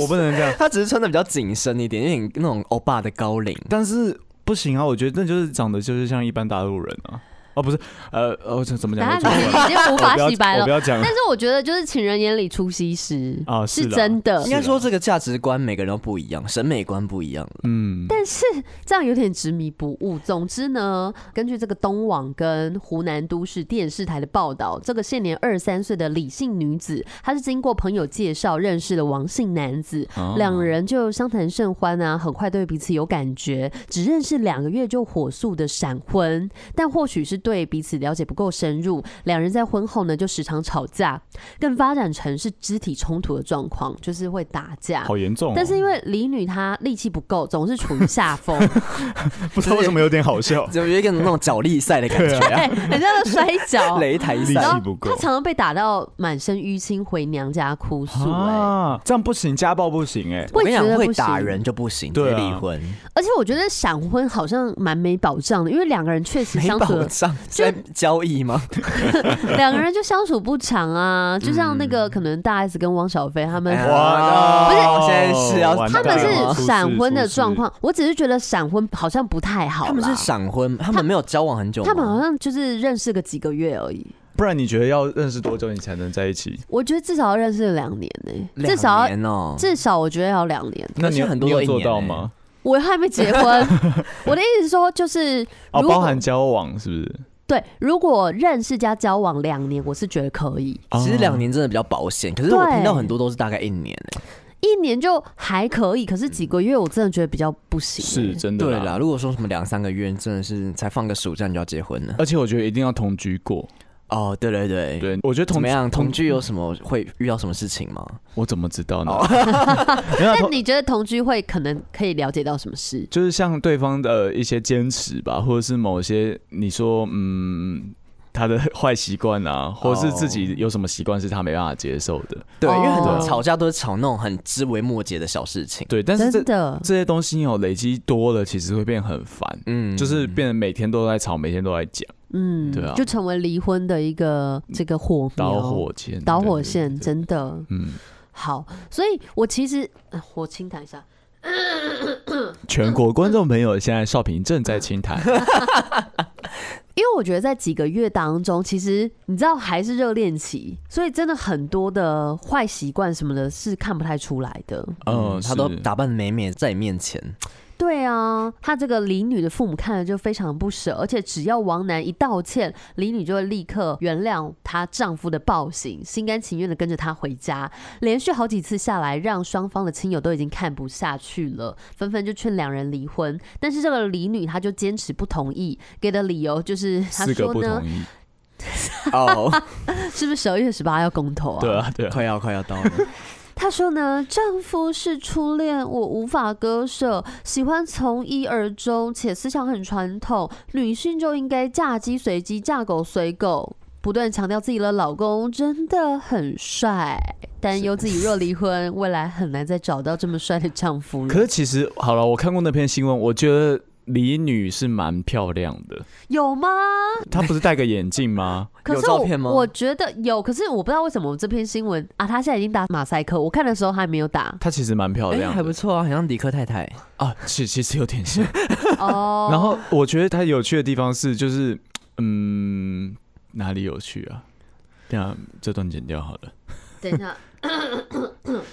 我不能这样。
他只是穿的比较紧身一点，有点那种欧巴的高领。
但是不行啊，我觉得那就是长得就是像一般大陆人啊。哦，不是，呃，哦，这怎么讲？我
等下
中
你
文
已经无法
我不要
洗白
我不
了。
要讲
但。是我觉得就是情人眼里出西施
啊是
是
啦
真的
应。该说这个价值观每个人都不一样，审美观不一样。 ，
嗯，
但是这样有点执迷不悟。总之呢，根据这个东网跟湖南都市电视台的报道，这个现年二三岁的李姓女子，她是经过朋友介绍认识了王姓男子，
哦
两人就相谈甚欢啊，很快对彼此有感觉，只认识两个月就火速的闪婚，但或许是对彼此了解不够深入，两人在婚后呢就时常吵架，更发展成是肢体冲突的状况，就是会打架。
好严重哦。
但是因为李女她力气不够，总是处于下风，
不知道为什么有点好笑
就有一个那种角力赛的感觉啊，，
哎，很像在摔跤
擂台
力
赛。
然
气
后
不够
她常常被打到满身淤青，回娘家哭诉、哎、
啊，这样不行，家暴不行哎。
我
我跟你讲
觉，得
会
不
打
行
人就不行，
对
得
啊
离婚，
而且我觉得闪婚好像蛮没保障的，因为两个人确实
没
啊相处
保
的
障，在交易吗？
两个人就相处不长啊，就像那个可能大 S 跟汪小菲他们。
嗯哎啊
哇，
不是
哦
现在是要
完
他
蛋
们
了
是闪婚的状，况，我只是觉得闪婚好像不太好啦。
他们是闪婚，他们没有交往很久吗，
他们好像就是认识个几个月而
出
已。
事出事不然你觉得要认识多久你才能在一起？
我觉得至少要认识两年呢、
两
至少要
年哦，
至少我觉得要两年。
那你
而且很多
你有
都一
做
年
到
欸
吗？
我还没结婚。 我的意思是说，就是
哦，
如果
包含交往是不是？
对，如果认识加交往两年，我是觉得可以，
其实两
哦
年真的比较保险，可是我
对
听到很多都是大概一年欸。
一年就还可以，可是几个月我真的觉得比较不行。
是真的
对啦，，如果说什么两三个月，真的是才放个暑假你就要结婚了。
而且我觉得一定要同居过。
哦，对对对，
对，我觉得
怎
同
么样？同
同，
居有什么会遇到什么事情吗？
我怎么知道呢
哦？
没有
但
同
你觉得同居会可能可以了解到什么事？
就是像对方的一些坚持吧，或者是某些你说嗯他的 坏习惯啊，或者是自
哦
己有什么习惯是他没办法接受的，
对，因为很多
哦
吵架都是吵那种很枝微末节的小事情。
对。但是这
真的，
这些东西哦累积多了，其实会变很烦，
嗯
就是变得每天都在吵，每天都在讲，
嗯，
对啊
就成为离婚的一个这个火苗
导火线，
导
对
火线，真的
嗯，
好。所以我其实呃我清谈一下，
全国观众朋友，现在少平正在清谈，
因为我觉得在几个月当中，其实你知道还是热恋期，所以真的很多的坏习惯什么的是看不太出来的。
嗯，
他都
是
打扮得美美在你面前，
对啊，他这个李女的父母看了就非常不舍，而且只要王楠一道歉，李女就会立刻原谅她丈夫的暴行，心甘情愿的跟着他回家。连续好几次下来，让双方的亲友都已经看不下去了，纷纷就劝两人离婚。但是这个李女她就坚持不同意，给的理由就是她
四个
说
不
呢
同，意，
哦，
是不是十二月十八要公投啊？
对啊，对啊，
快要快要到了，
她说呢，丈夫是初恋，我无法割舍，喜欢从一而终，且思想很传统，女性就应该嫁鸡随鸡，嫁狗随狗。不断强调自己的老公真的很帅，担忧自己若离婚，未来很难再找到这么帅的丈夫
可
了。
是其实好了，我看过那篇新闻，我觉得李女是蛮漂亮的，
有吗？
她不是戴个眼镜吗？
可
有
是
照
我
片吗
我觉得有，可是我不知道为什么我这篇新闻啊，她现在已经打马赛克，我看的时候还没 有打
她其实蛮漂
哎、
亮的，
还不错 啊，好像迪克太太。
啊，其其实有点像。
哦。
然后我觉得她有趣的地方是，就是嗯，哪里有趣啊？等一下这段剪掉好了。
等一下，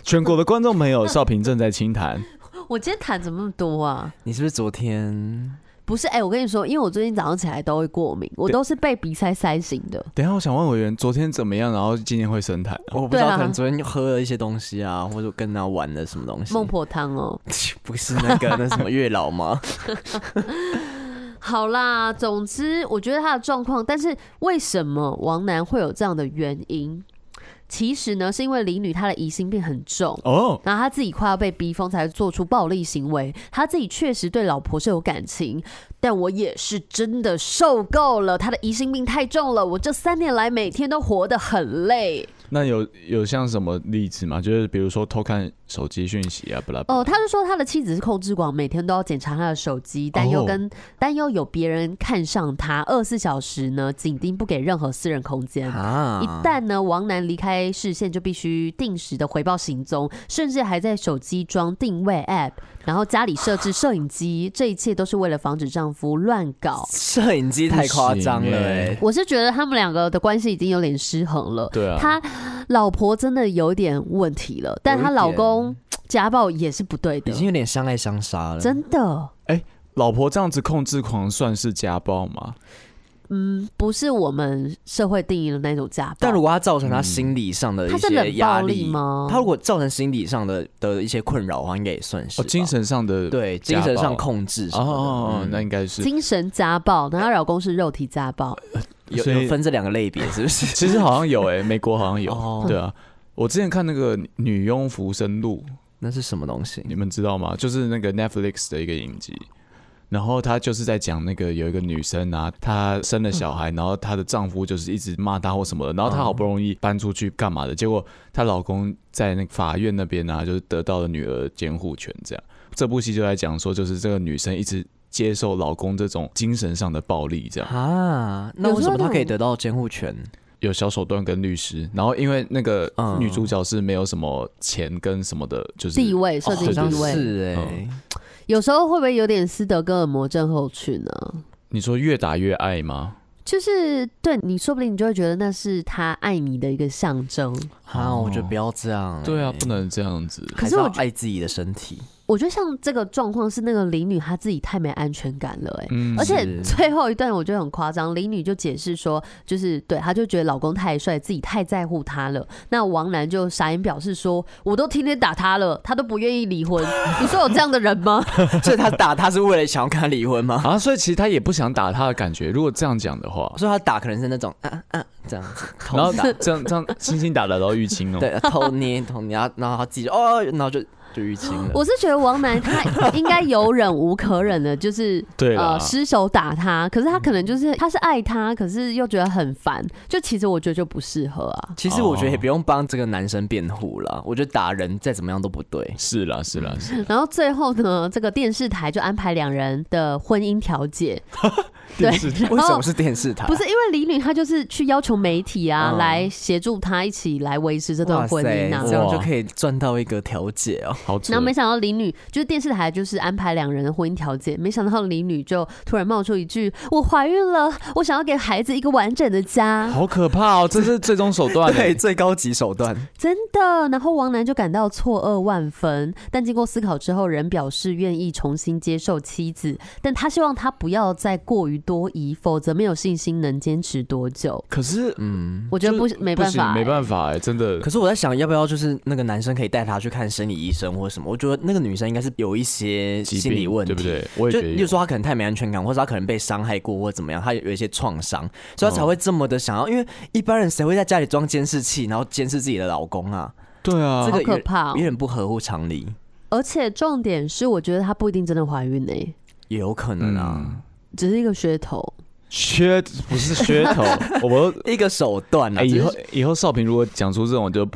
全国的观众朋友，少平正在清 谈，
我今天谈怎么那么多啊？
你是不是昨天？
不是，哎、我跟你说，因为我最近早上起来都会过敏，我
对
都是被鼻塞塞醒的。
等一下我想问委员，昨天怎么样？然后今天会生痰？
我不知
对
道，
啊
可能昨天喝了一些东西啊，或者跟他玩了什么东西。
孟婆汤哦，
不是那个那什么月老吗？
好啦，总之我觉得他的状况，但是为什么王楠会有这样的原因？其实呢，是因为李女她的疑心病很重，
哦，
然后他自己快要被逼疯，才做出暴力行为。他自己确实对老婆是有感情，但我也是真的受够了，他的疑心病太重了。我这三年来每天都活得很累。
那有有像什么例子吗？就是比如说偷看手机讯息啊，不啦不啦。
哦，他就说他的妻子是控制狂，每天都要检查他的手机，担忧跟担忧有别人看上他，二十四小时呢紧盯不给任何私人空间。
啊
一旦呢，王楠离开视线，就必须定时的回报行踪，甚至还在手机装定位 App，然后家里设置摄影机，这一切都是为了防止丈夫乱搞。
摄影机太夸张了、
不行
欸，
欸
我是觉得他们两个的关系已经有点失衡了。
对啊，
他老婆真的有点问题了，但她老公家暴也是不对的
已，经有点相爱相杀了。
真的。
老婆这样子控制狂算是家暴吗？哦
嗯，不是我们社会定义的那种家暴。
但如果他造嗯成他心理上的
他
一
是冷
些压
暴力吗
他如果造成心理上的的一些困扰的话，应该也算是
哦，
吧
精神上的
对精
家
神上
暴
控制什
哦
么的
哦，哦
嗯
那应该是
精神家暴，然后她老公是肉体家暴，
有
所以
有分这两个类别是不是？
其实好像有诶、美国好像有，
哦
对啊。我之前看那个《女佣浮生录》，
那是什么东西？
你们知道吗？就是那个 Netflix 的一个影集，然后她就是在讲那个有一个女生啊，她生了小孩，然后她的丈夫就是一直骂她或什么的，然后她好不容易搬出去干嘛的，结果她老公在那个法院那边啊，就是得到了女儿监护权，这样。这部戏就在讲说，就是这个女生一直接受老公这种精神上的暴力，这样。
啊，那为什么他可以得到监护权？
有小手段跟律师，然后因为那个
嗯
女主角是没有什么钱跟什么的，就是
地位设
哦
定
好像
地位，
是哎
嗯，
有时候会不会有点斯德哥尔摩症候群呢？
你说越打越爱吗？
就是对你，说不定你就会觉得那是他爱你的一个象征。
啊，我觉得不要这样。
对啊，
哎
不能这样子。
可
还
是
是要
我觉
爱自己的身体。
我觉得像这个状况是那个李女她自己太没安全感了、欸，哎、
嗯
而且
是
最后一段我觉得很夸张，李女就解释说，就是对，她就觉得老公太帅，自己太在乎他了。那王楠就傻眼表示说，我都天天打他了，他都不愿意离婚，你说有这样的人吗？
所以他打他是为了想要跟他离婚吗？
啊，所以其实他也不想打他的感觉。如果这样讲的话，
所以他打可能是那种啊啊这样子，
然后
偷打
这样这样轻轻打打到淤青哦。
对偷捏偷捏，然后然后他自己就哦，然后就就淤青了。
我是觉得王楠他应该有忍无可忍的，就是
对啦
呃失手打他，可是他可能就是他是爱他，可是又觉得很烦，就其实我觉得就不适合啊。
其实我觉得
哦
也不用帮这个男生辩护了，我觉得打人再怎么样都不 对。
是啦是啦是啦，
然后最后呢，这个电视台就安排两人的婚姻调解，对，然
为什
后
么。是电视台？
不是因为李女她就是去要求媒体啊、
嗯
来协助她一起来维持这
哇
段
塞，
婚姻啊
这。样
哇
就可以赚到一个调解哦。
好扯
然后没想到李女就是电视台就是安排两人的婚姻调解，没想到李女就突然冒出一句：“我怀孕了，我想要给孩子一个完整的 家。
好可怕哦！这是最终手段欸
对，，最高级手段。”
真的。然后王楠就感到错愕万分，但经过思考之后，仍表示愿意重新接受妻子，但他希望她不要再过于多疑，否则没有信心能坚持多久。
可是
嗯，
我觉得不
就是
没
不
办
行
法、欸
没办法哎，真的
可。是我在想，要不要就是那个男生可以带她去看生理医生或什么？我觉得那个女生应该是有一些
疾
心理
病
问题，
对不对？我也
就
觉得
例如
有，
说，她可能太没安全感，或者她可能被伤害过，或怎么样，她有一些创伤，所以她才
哦
会这么的想要。因为一般人谁会在家里装监视器，然后监视自己的老公啊？
对啊，
这个
好可
有
怕哦
有点不合乎常理，
而且重点是，我觉得她不一定真的怀孕呢、
也有可能
嗯
啊，
只是一个噱头。
噱不是噱 头，我
一个手段啊。
哎，
只
以
是
后以后少平如果讲出这种就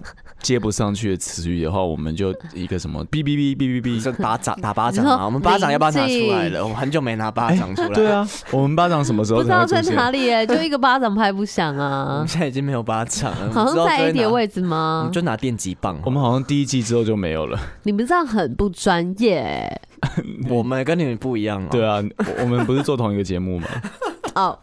接不上去的词语的话，我们就一个什么哔哔哔哔哔
就
哔。
打掌打巴掌
你
啊！
说
我们巴掌要不要拿出来
林静
了？我们很久没拿巴掌出来了。
对，啊， 我们巴掌什么时
不
候
知
才
道
会
在
出
哪
现？
里 哎、就一个巴掌拍不响
我
啊
们，现在已经没有巴掌了，
好像在 A
点
点位置
我
吗
们？就拿电击棒。
我们好像第一季之后就没有了。
你们这样很不专业欸、
我们跟你们不一样啊。
嗯对
啊，
啊，我我们不是做同一个节目吗？
哦。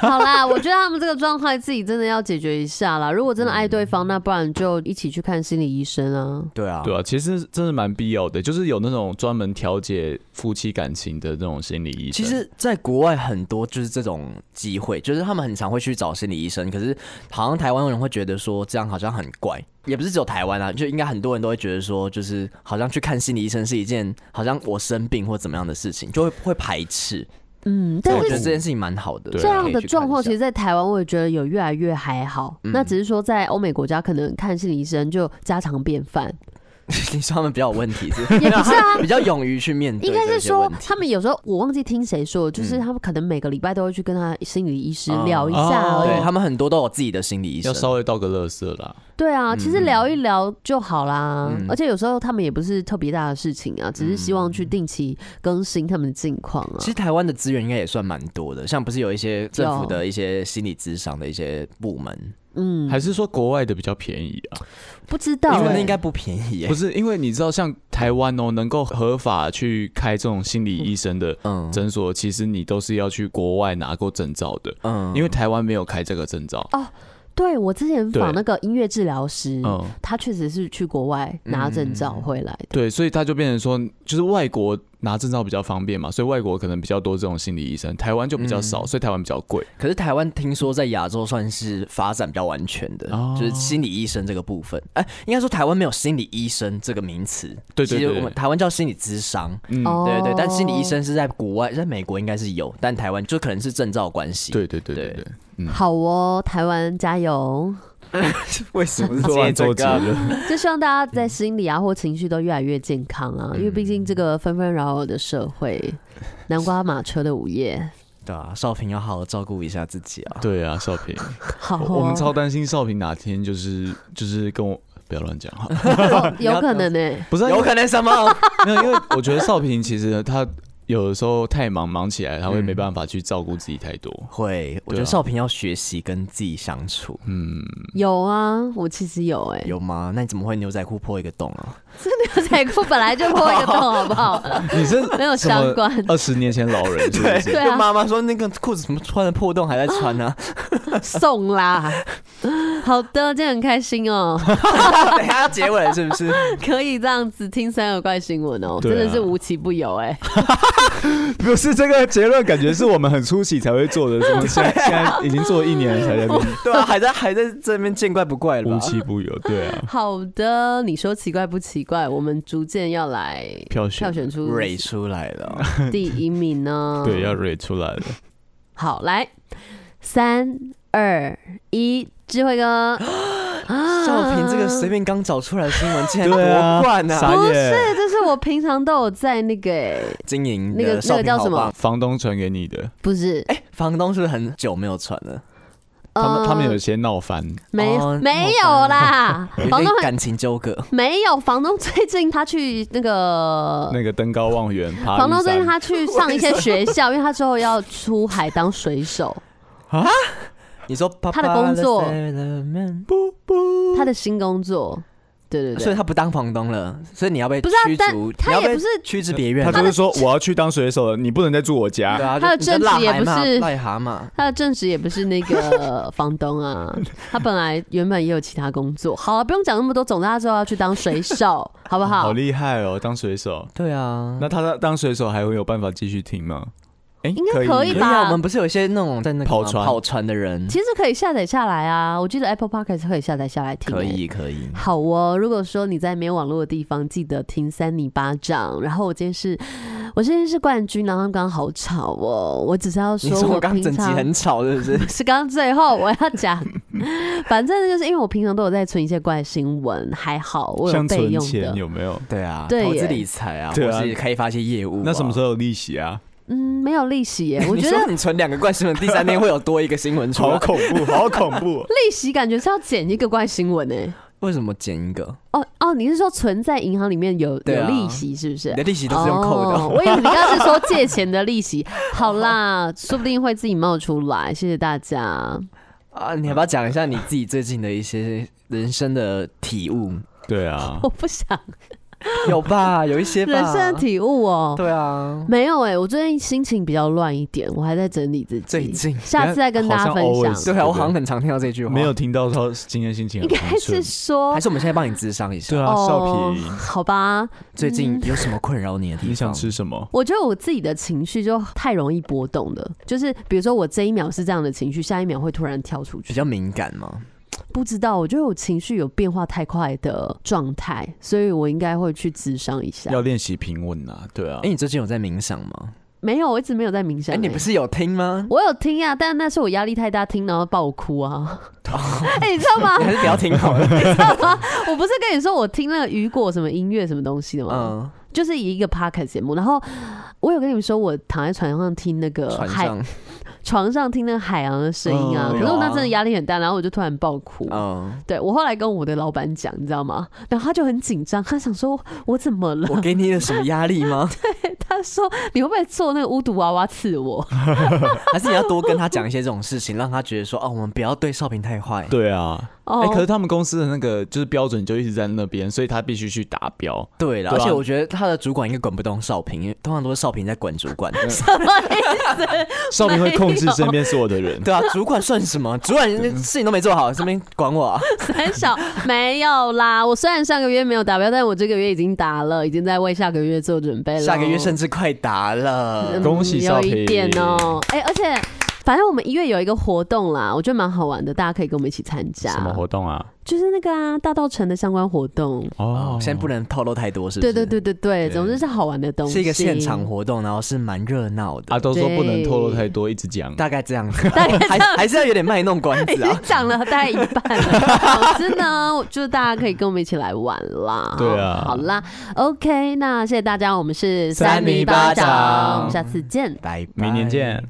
好啦， 我觉得他们这个状态自己真的要解决一下啦。如果真的爱对方，那不然就一起去看心理医生啊。
对啊，
对啊，其实真的蛮必要的，就是有那种专门调节夫妻感情的那种心理医生。
其实，在国外很多就是这种机会，就是他们很常会去找心理医生，可是好像台湾人会觉得说这样好像很怪，也不是只有台湾啊，就应该很多人都会觉得说，就是好像去看心理医生是一件好像我生病或怎么样的事情，就会会排斥。
嗯，
但
但
我觉得
是
这件事情蛮好的，
对啊
这样的状况，其实，
实
在台湾我也觉得有越来越还好。那只是说，在欧美国家，可能看心理医生就家常便饭，
你说他们比较有问题，是。
也不是啊
比较勇于去面对
应
这些
该
问题，嗯
是说，他们有时候我忘记听谁说，就是他们可能每个礼拜都会去跟他心理医师聊一下
哦
而
对
已。
他们很多都有自己的心理医
要
生，
稍微倒个乐色啦，
对啊，其实聊一聊就好啦。
嗯
而且有时候他们也不是特别大的事情啊，只是希望去定期更新他们的近况啊
其。实台湾的资源应该也算蛮多的，像不是有一些政府的一些心理咨商的一些部门，
嗯，哎
还是说国外的比较便宜啊？
不知道、
你们那
欸，
应该不便宜耶、
不是，因为你知道，像台湾哦，能够合法去开这种心理医生的
嗯
诊所，其实你都是要去国外拿过证照的，
嗯
因为台湾没有开这个证照。
对我之前访
对
那个音乐治疗师，
嗯，
他确实是去国外拿
嗯
证照回来的。
对，所以他就变成说，就是外国拿证照比较方便嘛，所以外国可能比较多这种心理医生，台湾就比较少，所以台湾比较贵。
可是台湾听说在亚洲算是发展比较完全的，
哦
就是心理医生这个部分。哎、应该说台湾没有心理医生这个名词，
对
其
对
实
对
我们台湾叫心理咨商。
嗯，
哦
对对对，但心理医生是在国外，在美国应该是有，但台湾就可能是证照关系。，
对对对对
对
对，嗯，
好哦，台湾加油！
为什 么
做完周结了。
就希望大家在心理啊或情绪都越来越健康啊，因为毕
嗯
竟这个纷纷扰扰的社会，南瓜马车的午夜，
对啊，少平要好好照顾一下自己啊。
对啊，少平，
好、哦，
我我们超担心少平哪天就是就是跟我不要乱讲哈，
哦 有可能呢、
不是啊、
有可能什么？
能没有，因为我觉得少平其实他有的时候太忙，忙起来他会没办法去照顾自己太多。
会，我觉
对啊
得少平要学习跟自己相处，
嗯，
有啊，我其实有哎、
有吗？那你怎么会牛仔裤破一个洞啊？
这牛仔裤本来就破一个洞，好不好？
你是
没有相关
二十年前老人 是不是？
对啊
就妈妈说那个裤子怎么穿了破洞还在穿呢、
送啦。好的，今天很开心哦，
等一下要结尾了是不
啊
是？
可以这样子听三个怪新闻哦，
对啊
真的是无奇不有哎、
不是这个结论，感觉是我们很初期才会做的，什 么现在
啊
现在已经做一年才在那边
对啊，还在还在这边见怪不怪 了
无
吧？
奇不有，对啊，
好的，你说奇怪不奇怪？我们逐渐要来
票选嗯
票选出
蕊出来了，
第一名呢。
对要蕊出来了，
好，来，三二一，智慧哥， 啊
少平这个随便刚找出来的新闻，竟然
对啊
夺冠
傻
啊！
不
眼
是，这是我平常都有在那个、欸，
经营
那个
的少
那个
平
叫
好
什么
棒？
房东传给你的，
不是，
哎，房东是不是很久没有传了？
他们他们
呃
有些闹翻，
没
哦
没
那我
有 啦？
有
房
点
东很
感情纠葛，
没有，房东最近他去那个。
那个登高望远，爬
呃房东
玉
最
山
近他去上一些学校，因为他之后要出海当水手，
你说爸
他的工作
爸的
不不
他的新工作。对对
所
对，
以他不当房东了，所以你要被
不是啊
驱
但
逐，
他
你要
也
被
不是
驱之别院
他
了。
就是说我要去当水手了，你不能再住我
对
家。
啊，
他的
就
正
你就
职
癞
也
蛤
不
蟆
是
癞蛤蟆，
他的正职也不是那个房东啊， 他本来原本也有其他工作。好了，不用讲那么多，总之他之后要去当水 手，好不好嗯
好？厉害哦，当水手。
对啊。
那他当水手还会有办法继续听吗？哎，
应该可以
对
吧
啊，我们不是有一些那种在那个
跑
吗
船
跑船的人，
其实可以下载下来啊，我记得 Apple Podcast 可以下载下来听、
可
欸
以可以。
好哦，如果说你在没有网络的地方，记得听三你巴掌。然后我今天是，我今天是冠军，然后刚刚好吵哦。我只是要
你
说，
说我刚
平
整集
常
很吵，是不 是？
是刚刚最后我要讲， 反正就是因为我平常都有在存一些怪新闻，还好我有
像
备
存
用
钱
的，
有没有？
对啊，
对
投资
耶
理财啊，
对
或
啊
是开发一些业务啊。
那什么时候有利息啊？
嗯，没有利息耶。 我
你
觉
说
得
你存两个怪新闻，第三天会有多一个新闻出
好
来？
恐怖，好恐 怖！
利息感觉是要减一个怪新闻诶。
为什么减一个？
哦哦，你是说存在银行里面有
对
有
啊
利息是不是
你的？利息都是用扣的
哦，
哦。
我以为你刚刚是说借钱的利息。好啦，说不定会自己冒出来。谢谢大家。
啊！你要不要讲一下你自己最近的一些人生的体悟？
对啊，
我不想
有吧？有一些吧。
人生的体悟哦。
对啊，
没有哎、我最近心情比较乱一点，我还在整理自己。
最近
下次再跟大家分
好像
享。
always
对啊，我好像很常听到这句话。
没有，听到他今天心情
应
很
该
单
是
纯。
说哦
还是我们现在帮你智商一下
对。啊，少平，
好吧，
最
嗯
近有什么困扰你的地方？
你想吃什么？
我觉得我自己的情绪就太容易波动了，就是比如说我这一秒是这样的情绪，下一秒会突然跳出去
比。较敏感吗？
不知道，我觉得我情绪有变化太快的状态，所以我应该会去咨商一下。
要练习平稳啊，对啊
哎，。你最近有在冥想吗？
没有，我一直没有在冥想、
哎，你不
欸
是有听吗？
我有听啊，但那是我压力太大，听然后爆哭 啊！
哦
哎、你知道吗？
你还是不要听好了。
我不是跟你说我听那个雨果什么音乐什么东西的吗？
嗯，
就是一个 p o c k e t 节目，然后我有跟你们说，我躺在床上听那个
船
海
上，
床上听那个海洋的声音啊，
嗯啊
可是我那
有啊
真的压力很大，然后我就突然爆哭。
嗯，
对我后来跟我的老板讲，你知道吗？然后他就很紧张，他想说我怎么了？
我给你了什么压力吗？
他说：“你会不会做那个巫毒娃娃 刺我
还是你要多跟他讲一些这种事情，让他觉得说，哦，我们不要对少平太坏。
对啊，？”
哦，
哎，可 是他们公司的那个就是标准就一直在那边，所以他必须去达标。
对了，
对
而
啊
且我觉得他的主管应该管不动少平，因为通常都是少平在管主管。
嗯少平会控制身边所有的 人，
对啊，主管算 什么？主管事情都没做好，这边管我、啊？
很少没有啦。我虽然上个月没有达标，但我这个月已经达了，已经在为下个月做准备了。
下个月甚至快达了
哎嗯，
恭喜少
有
平
一点哦。哎，而且反正我们一月有一个活动啦，我觉得蛮好玩的，大家可以跟我们一起参加。
什么活动啊？
就是那个啊，大道城的相关活动。
哦
哦，，先不能透露太多，是不
对
是？
对对对对，总之是好玩的东西。
是一个现 场，活动，啊然后是蛮热闹的，
啊，都说不能透露太多，一直讲。
大概这样子啊，
大概这
还
样
还是要有点卖弄关
已
子 啊
经。讲哎了大概一半了。总之呢，就是大家可以跟我们一起来玩啦。
对啊
好啦，OK，那谢谢大家，我们是
三米巴掌
我们下次见。
拜拜，
明年见。